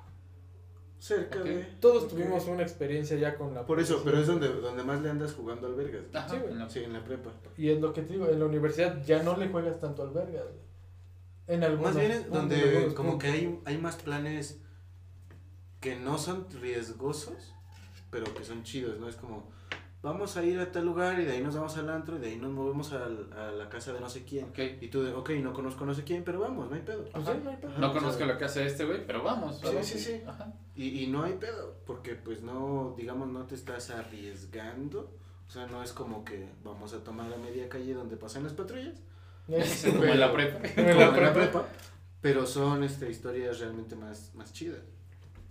Cerca Ok. de. Todos Ok. tuvimos una experiencia ya con la Por eso, policía. pero es donde, donde más le andas jugando al vergas. Ajá, Sí, güey. en la- Sí, en la prepa. Y es lo que te digo, en la universidad ya no le juegas tanto al verga. güey. En algunos Más bien es en donde algunos como que puntos. hay, hay más planes que no son riesgosos, pero que son chidos, ¿no? Es como, vamos a ir a tal lugar y de ahí nos vamos al antro y de ahí nos movemos al- a la casa de no sé quién. Ok. Y tú de, ok, no conozco no sé quién, pero vamos, no hay pedo. Pues sí, no hay pedo. No Ajá, o conozco sea, la casa de este güey, pero vamos. Sí, vamos. sí, sí. Ajá. Y, y no hay pedo, porque pues no, digamos, no te estás arriesgando. O sea, no es como que vamos a tomar la media calle donde pasan las patrullas. Es- Como en la prepa. En la como en prepa. Pero son este, historias realmente más, más chidas.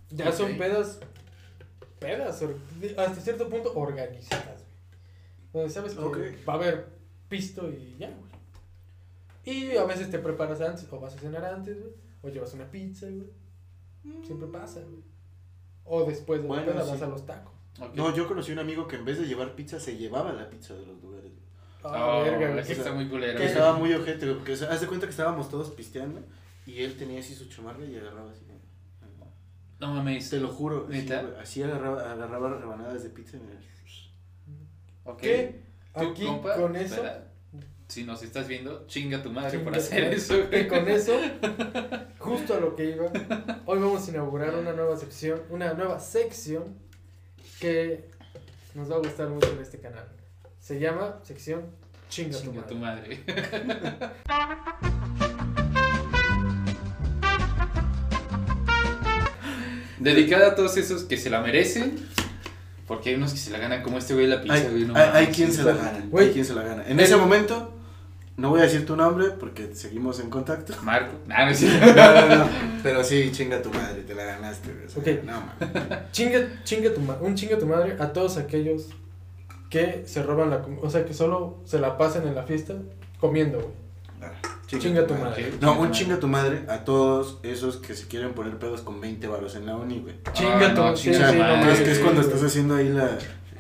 Ya son Ok. pedas, pedas, or- hasta cierto punto organizadas, güey. Donde sabes que Ok. va a haber pisto y ya, güey. Y a veces te preparas antes, o vas a cenar antes, güey, o llevas una pizza, güey. Siempre pasa, güey. O después de la Bueno, peda sí. vas a los tacos. Ok. No, yo conocí un amigo que en vez de llevar pizza se llevaba la pizza de los lugares. güey. Ah, Oh, verga, güey. eso está muy culero. Que estaba muy ojete, güey, porque o sea, haz de cuenta que estábamos todos pisteando y él tenía así su chamarra y agarraba así. güey. No mames. Te lo juro, así, ¿Neta? güey, así agarraba, agarraba rebanadas de pizza. mira. Ok. ¿Qué? Tú, Aquí compa, con eso, espera. Si nos estás viendo, chinga tu madre Chinga por tu hacer madre. eso. güey. y con eso, justo a lo que iba, hoy vamos a inaugurar una nueva sección, una nueva sección que nos va a gustar mucho en este canal. Se llama sección Chinga, tu Chinga madre. tu madre. Dedicada a todos esos que se la merecen. Porque hay unos que se la ganan, como este güey la pizza, Hay, güey. no hay- hay mames. quien se la gana. Güey. Hay quien se la gana. En El- ese momento, no voy a decir tu nombre porque seguimos en contacto. Marco. Nah, no es cierto. No, no, no, Pero sí, chinga tu madre, te la ganaste. güey, o sea, Ok. No, mames. Chinga, chinga tu ma- un chinga tu madre a todos aquellos que se roban la, com- o sea, que solo se la pasan en la fiesta comiendo, güey. Chinga tu madre. Ok, No, un chinga tu madre a todos esos que se quieren poner pedos con 20 varos en la uni, güey. Chinga Ah, tu no, sí, O chinga sea, tu sí, no madre. mames, es que es cuando sí, estás güey. haciendo ahí la.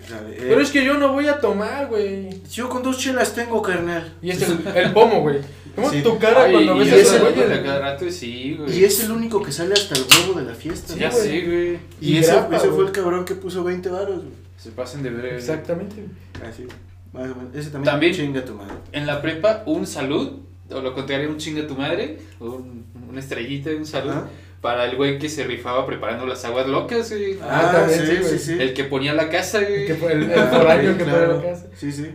la de, eh, Pero es que yo no voy a tomar, güey. Yo con dos chelas tengo, carnal. Y este es el, el pomo, güey. ¿Cómo Sí. tu cara Ay, cuando y ves ese a eso lo esos güey, cuenta güeyes? cada rato y sí, güey. Y es el único que sale hasta el huevo de la fiesta. Ya ¿no? güey. sé, güey. Y, Y ese, grapa, ese fue güey. el cabrón que puso 20 varos, güey. Se pasen de ver. Exactamente. Así. Más o menos. Ese también, También. chinga tu madre. En la prepa, un salud. O lo contrario, un chinga tu madre. o Un, una estrellita, un salud. Ajá. Para el güey que se rifaba preparando las aguas locas, güey. Ah, también, sí, sí, sí, güey. sí. El que ponía la casa, güey. Que fue el, el Ah, foráneo que claro. fue a la casa. Sí, sí.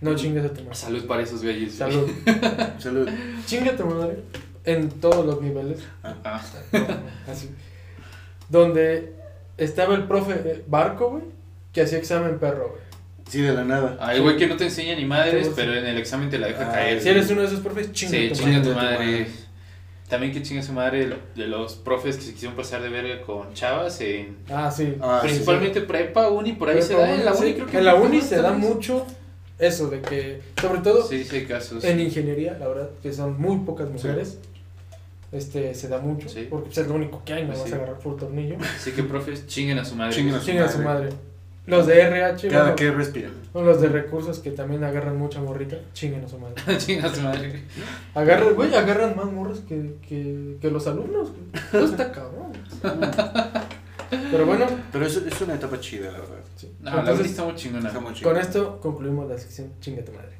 No chingues a tu madre. Salud para esos güeyes. güey. Salud. Salud. Chinga a tu madre. En todos los niveles. Ah, Así. Donde estaba el profe eh, Barco, güey. Que hacía examen perro, güey. Sí, de la nada. ah, el güey que no te enseña ni madres, Sí, pero en el examen te la deja Ah, caer. Si eres uno de esos profes, chinga Sí, a tu chinga madre. tu Chinga tu madre. madre. También que chinga su madre el- de los profes que se quisieron pasar de verga con chavas en Ah, sí. Ah, sí, sí. Principalmente prepa, uni, por ahí Pero se da. ¿eh? En la sí, uni creo que. en la uni no, se da tal vez. mucho eso de que, sobre todo Sí, pues sí, hay casos. en ingeniería, la verdad, que son muy pocas mujeres. Este, se da mucho, Sí. porque pues, es lo único que hay, no Pues, vas sí. a agarrar por tornillo. Así que, profes, chinguen a su madre. Chinguen a su Chinga a su madre. Los de RH, Cada bueno, que respira. son los de recursos que también agarran mucha morrita, chinguen a su madre. Chinguen a su madre. Agarran, güey, agarran más morros que, que, que los alumnos, güey. Eso está cabrón. Pero bueno, Pero es, es una etapa chida, la verdad. sí. No, la uni entonces, está muy chingona. Está muy chido. con esto concluimos la sección chinga tu madre.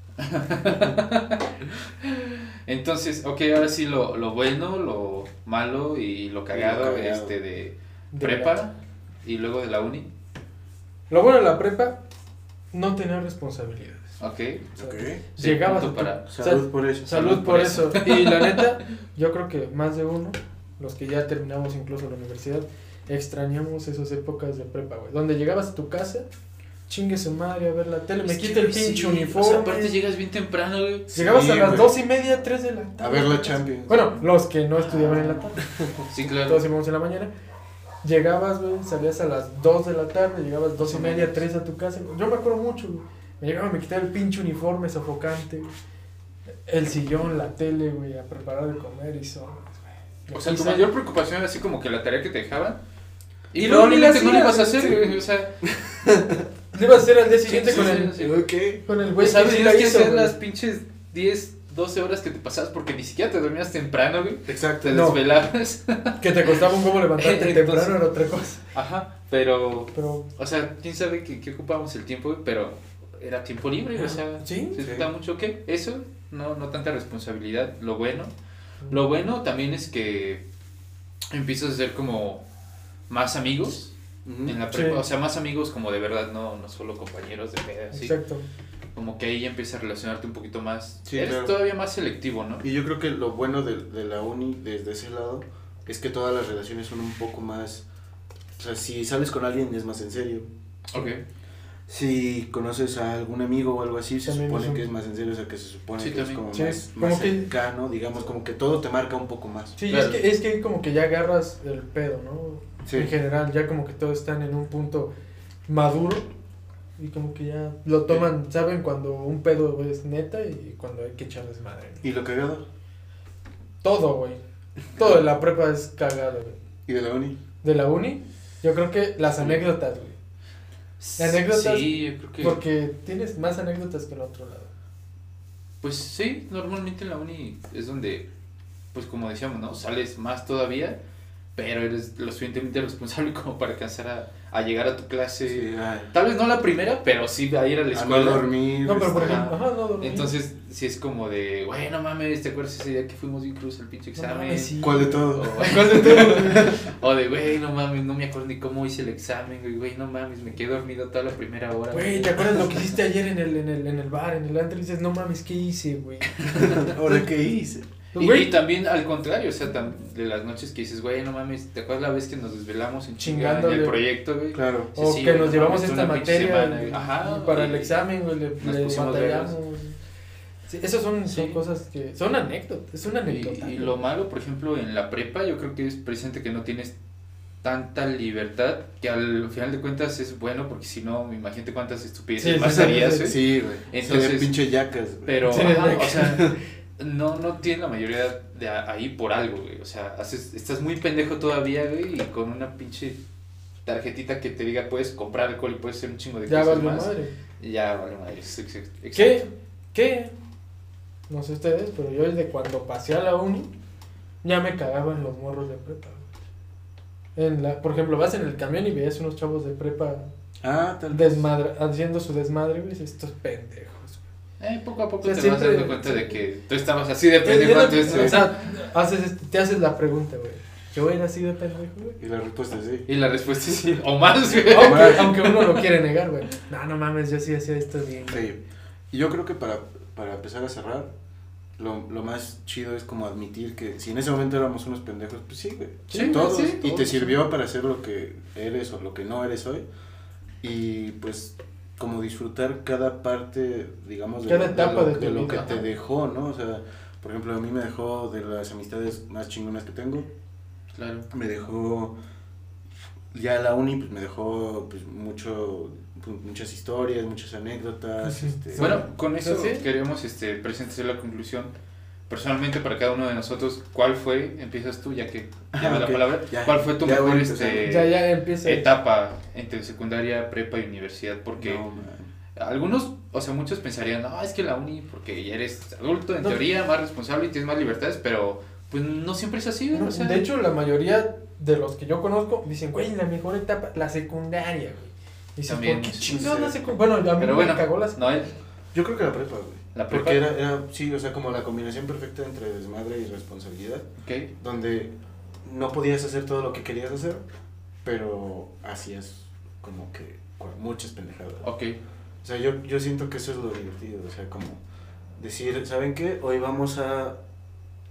Entonces, ok, ahora sí lo, lo bueno, lo malo y lo cagado, cagado. este de De verdad. prepa y luego de la uni. Lo bueno de la prepa, no tener responsabilidades. Ok. Ok. Sí, Llegabas punto a tu- para- o sea, Salud por eso. Salud, por, eso. Y la neta, yo creo que más de uno, los que ya terminamos incluso la universidad, extrañamos esas épocas de prepa, güey. Donde llegabas a tu casa, chingue su madre a ver la tele, me Es que, quita el güey, sí, pinche o uniforme. sea, aparte llegas bien temprano, güey. Llegabas Sí, a las güey. dos y media, tres de la tarde. A ver la Champions. Bueno, los que no estudiaban en la tarde, Sí, claro. todos íbamos en la mañana. Llegabas, güey, salías a las 2 de la tarde, llegabas dos y media, 3 a tu casa. Yo me acuerdo mucho, güey. Me llegaba, me quitaba el pinche uniforme sofocante, güey. el sillón, la tele, güey, a preparar de comer y sopas, güey. O sea, tu Quizá- mayor preocupación era así como que la tarea que te dejaban. Y No, luego ni obviamente la no la hacías, ibas a hacer, sí. güey. O sea, Lo ibas a hacer al día siguiente sí, con, sí, el, sí. Ok. con el güey. Güey, que ¿sabes? sí la Tienes que hizo, hacer güey. las pinches 10, 12 horas que te pasabas porque ni siquiera te dormías temprano, güey. Exacto. Te No. desvelabas. Que te costaba un huevo levantarte Entonces- temprano era otra cosa. Ajá, pero, Pero. o sea, quién sabe que, que ocupábamos el tiempo, güey, pero era tiempo libre, o sea, Sí. se Sí. disfruta mucho que eso, no, no tanta responsabilidad, lo bueno. Lo bueno también es que empiezas a ser como más amigos Ujú. en la Sí. prepa, o sea, más amigos como de verdad, no, no solo compañeros de peda, así. Exacto. Como que ahí ya empiezas a relacionarte un poquito más. Sí, Eres claro. todavía más selectivo, ¿no? Y yo creo que lo bueno de, de la uni desde ese lado es que todas las relaciones son un poco más... O sea, si sales con alguien es más en serio. Ok. Si conoces a algún amigo o algo así, se También supone es un- que es más en serio, o sea, que se supone Sí, que es también. como Sí, más, como más que- cercano, digamos, como que todo te marca un poco más. Sí, Claro. es, que, es que como que ya agarras el pedo, ¿no? Sí. En general, ya como que todos están en un punto maduro y como que ya lo toman, saben cuando un pedo es neta y cuando hay que echarles madre. ¿no? Y lo cagado. Todo, güey. Todo de la prepa es cagado, güey. Y de la uni. De la uni, yo creo que las anécdotas, güey. Anécdotas, Sí, yo creo que. Porque tienes más anécdotas que en otro lado. Pues sí, normalmente en la uni es donde, pues como decíamos, ¿no? Sales más todavía, pero eres lo suficientemente responsable como para alcanzar a, a llegar a tu clase. ay, Tal vez no la primera, pero sí a ir a la a no escuela. dormir. No, pero por este, ejemplo, ajá, no dormí. Entonces, sí es como de, güey, no mames, ¿te acuerdas ese día que fuimos incluso al pinche No examen? mames, sí. ¿Cuál de O, todo? o de, güey, no mames, no me acuerdo ni cómo hice el examen, güey, güey, no mames, me quedé dormido toda la primera hora. Güey, ¿te acuerdas lo que hiciste ayer en el, en el, en el bar, en el antro? Y dices, no mames, ¿qué hice, güey? Ahora, ¿qué hice? Y, Güey, y también al contrario, o sea, tam- de las noches que dices, güey, no mames, ¿te acuerdas la vez que nos desvelamos en chingada en el Chingándole. proyecto, güey? Claro. Sí, O sí, que güey, nos no llevamos mames, esta una pinche materia semana, y- güey. Ajá, y para el y- examen, güey, le, nos le pusimos batallamos. Sí, esas son, son Sí. cosas que son anécdotas, es una anécdota. Y, y lo malo, por ejemplo, en la prepa, yo creo que es presente que no tienes tanta libertad, que al final de cuentas es bueno, porque si no, imagínate cuántas estupideces Sí, más sí, sí, harías, sí, güey. Sí, güey. Entonces- Entonces, pinche yacas, güey. Pero, Sí, ajá, de o que- sea, no, no tienes la mayoría de a- ahí por algo, güey. O sea, haces, estás muy pendejo todavía, güey, y con una pinche tarjetita que te diga puedes comprar alcohol y puedes hacer un chingo de ya cosas valió más. madre. Y Ya vale madre. ex- ex- ex- ¿Qué? exacto. ¿Qué? No sé ustedes, pero yo desde cuando pasé a la uni, ya me cagaban los morros de prepa. güey. En la, por ejemplo, vas en el camión y veías unos chavos de prepa Ah, tal vez. desmadre, haciendo su desmadre, güey, y dices, estos pendejos. Eh, poco a poco O sea, te vas siempre- dando cuenta de que tú estabas así de güey. pendejo antes, O güey. sea, haces, este- te haces la pregunta, güey. Yo era así de pendejo, güey. Y la respuesta es sí. Y la respuesta es sí, o más, güey. Aunque, aunque uno lo quiere negar, güey. No, no mames, yo sí hacía esto bien. güey. Sí. Y yo creo que para, para empezar a cerrar, lo, lo más chido es como admitir que si en ese momento éramos unos pendejos, pues sí, güey. Sí, güey, todos. sí, y te todos. sirvió para ser lo que eres o lo que no eres hoy. Y pues como disfrutar cada parte, digamos, de, Cada lo- etapa lo, de tu lo vida, que te ajá. dejó, ¿no? O sea, por ejemplo, a mí me dejó de las amistades más chingonas que tengo, Claro. me dejó ya la uni pues me dejó pues mucho pues, muchas historias muchas anécdotas Ujú. este, Bueno, con eso ¿Sí? queremos este, presentar la conclusión. Personalmente, para cada uno de nosotros, ¿cuál fue? Empiezas tú, ya que Ah, llevas la ok. palabra. Ya, ¿Cuál fue tu ya voy mejor a empezar. este, Ya, ya empieza. etapa entre secundaria, prepa y universidad? Porque no, man. algunos, o sea, muchos pensarían, no, es que la uni, porque ya eres adulto, en No. teoría, más responsable y tienes más libertades, pero pues no siempre es así, güey, No, o sea, de hecho, la mayoría de los que yo conozco dicen, güey, la mejor etapa, la secundaria, güey. Dicen, También, ¿por qué sí, chingados sí. la secundaria? Bueno, a mí Pero me bueno, cagó la secundaria. no, eh, yo creo que la prepa güey la prepa, porque era, era sí o sea como la combinación perfecta entre desmadre y responsabilidad ok, donde no podías hacer todo lo que querías hacer pero hacías como que cu- muchas pendejadas ok, O sea, yo, yo siento que eso es lo divertido, o sea, como decir, ¿saben qué? Hoy vamos a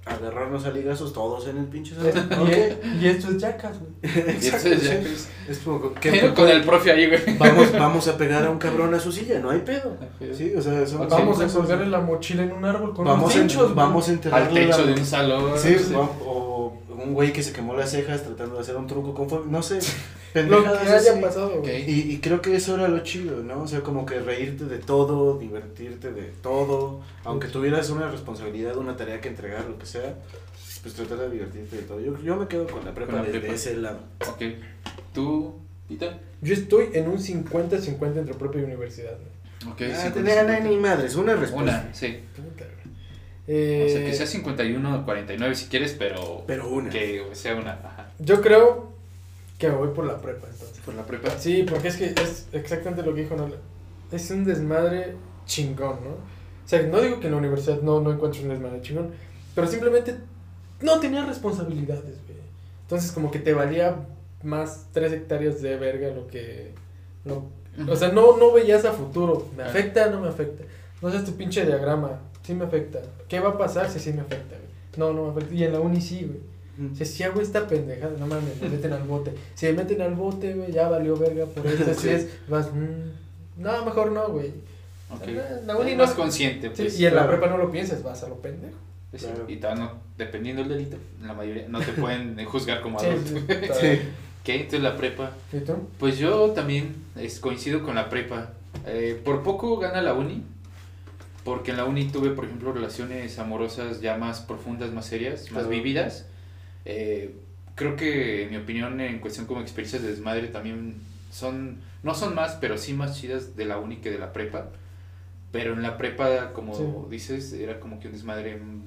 agarrarnos a ligazos todos en el pinche Eh, salón. Y, e, y esto es Jackass, güey. Exacto, Y entonces sí. ya- Es como que Pero con el profe ahí, güey. vamos, vamos a pegar a un cabrón a su silla, no hay pedo. Sí, o sea, son- Ok. Vamos a son cosas- colgarle la mochila en un árbol con vamos unos a, hinchos, vamos a Al enterrarle techo la- de un salón. Sí, sí. va- o un güey que se quemó las cejas tratando de hacer un truco con fuego, no sé. Lo que pendejadas haya así. pasado, güey. Ok. Y, y creo que eso era lo chido, ¿no? O sea, como que reírte de todo, divertirte de todo, aunque tuvieras una responsabilidad, una tarea que entregar, lo que sea, pues tratar de divertirte de todo. Yo, yo me quedo con la prepa Con la desde prepa. ese lado. Ok. Tú, ¿Y tal? Yo estoy en un 50-50 entre propia y universidad. güey. Ok, Ah, 50, te ganan 50. ni madres, una respuesta. Una, sí. Puta, güey. O sea, que Pues, Eh, sea 51 o 49 si quieres, pero Pero una. que sea una. Ajá. Yo creo que me voy por la prepa entonces. Por la prepa. Sí, porque es que es exactamente lo que dijo Nola. Es un desmadre chingón, ¿no? O sea, no digo que en la universidad no, no encuentres un desmadre chingón, pero simplemente no tenía responsabilidades, güey. Entonces, como que te valía más tres hectáreas de verga lo que. lo- o sea, no, no veías a futuro. ¿Me afecta no me afecta? No sé, tu pinche diagrama. Sí me afecta. ¿Qué va a pasar si sí me afecta, güey? No, no me afecta. Y en la uni sí, güey. O sea, si hago esta pendejada, no mames, me meten al bote. Si me meten al bote, güey, ya valió verga por eso. Así Sí. es, vas, mm, no, mejor no, güey. Ok. La uni Es no más consciente, Sí, pues. y en la claro. prepa no lo piensas, vas a lo pendejo. Pues sí, Claro. Y tal, no, dependiendo del delito, la mayoría no te pueden juzgar como Sí, adulto. sí, está Sí. bien. Ok, entonces la prepa. ¿Y tú? Pues yo también es, coincido con la prepa. Eh, por poco gana la uni, porque en la uni tuve, por ejemplo, relaciones amorosas ya más profundas, más serias, más Claro. vividas. Eh, creo que, en mi opinión, en cuestión como experiencias de desmadre, también son, no son más, pero sí más chidas de la uni que de la prepa. Pero en la prepa, como Sí. dices, era como que un desmadre mm,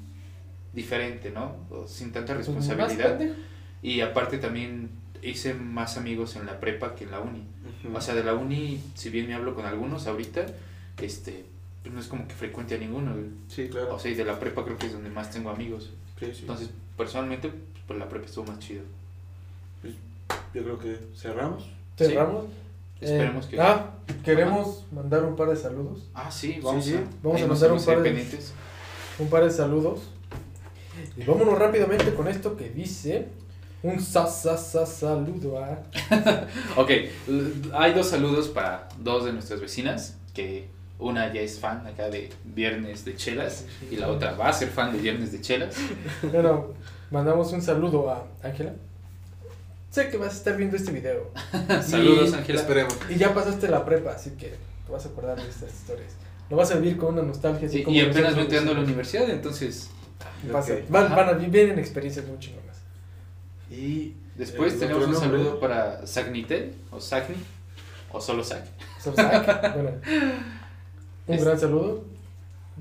diferente, ¿no? O sin tanta Pues, responsabilidad. más pendejo. Y aparte también hice más amigos en la prepa que en la uni. O sea, de la uni, si bien me hablo con algunos ahorita, este, pues no es como que frecuente a ninguno. güey. sí, O claro. sea, y de la prepa creo que es donde más tengo amigos. Sí, sí. Entonces, personalmente, pues, pues, la prepa estuvo más chido. Yo creo que cerramos. Sí. Cerramos. Eh, Esperemos que... Ah, Ah, queremos mandar un par de saludos. sí, vamos sí. a... Vamos ahí a nos mandar un vamos a ir par de- pendientes. un par de saludos. Y vámonos rápidamente con esto que dice un sa sa sa saludo a Ok, l- hay dos saludos para dos de nuestras vecinas, que una ya es fan acá de Viernes de Chelas y la otra va a ser fan de Viernes de Chelas. Bueno, mandamos un saludo a Ángela. Sé que vas a estar viendo este video. Saludos, Y- Ángela. Esperemos. Y ya pasaste la prepa, así que te vas a acordar de estas historias. Lo vas a vivir con una nostalgia. así Sí, como y apenas me nosotros. entrando a la universidad, entonces Pasa. Ok. Van, van a vienen experiencias muy chingonas. Y Después el Eh, tenemos otro un nombre, saludo para Sagnitel, o Sagni, o solo Sag. So, Zac, bueno, un Es- gran saludo.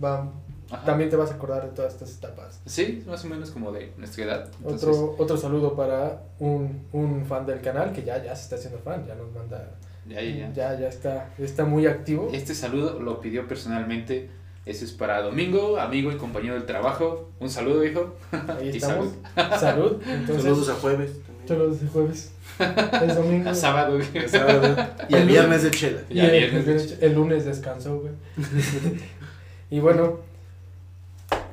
Va- Ajá. también te vas a acordar de todas estas etapas. Sí, más o menos como de nuestra edad. Entonces, Otro, otro saludo para un, un fan del canal que ya, ya se está haciendo fan, ya nos manda. ya, ya, ya. ya, ya está, está muy activo. Este saludo lo pidió personalmente. Ese es para Domingo, amigo y compañero del trabajo. Un saludo, hijo. Ahí Y estamos. Salud. Entonces, Saludos a jueves. también. Saludos de jueves. Es domingo. A sábado. güey. El sábado y el viernes de chela. Y Ya el, viernes. el- el lunes descansó, güey. y bueno,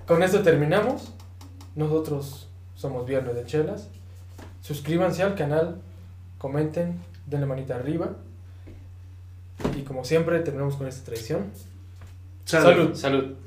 con esto terminamos. Nosotros somos Viernes de Chelas. Suscríbanse al canal, comenten, denle manita arriba. Y como siempre, terminamos con esta tradición. Salud. Salud.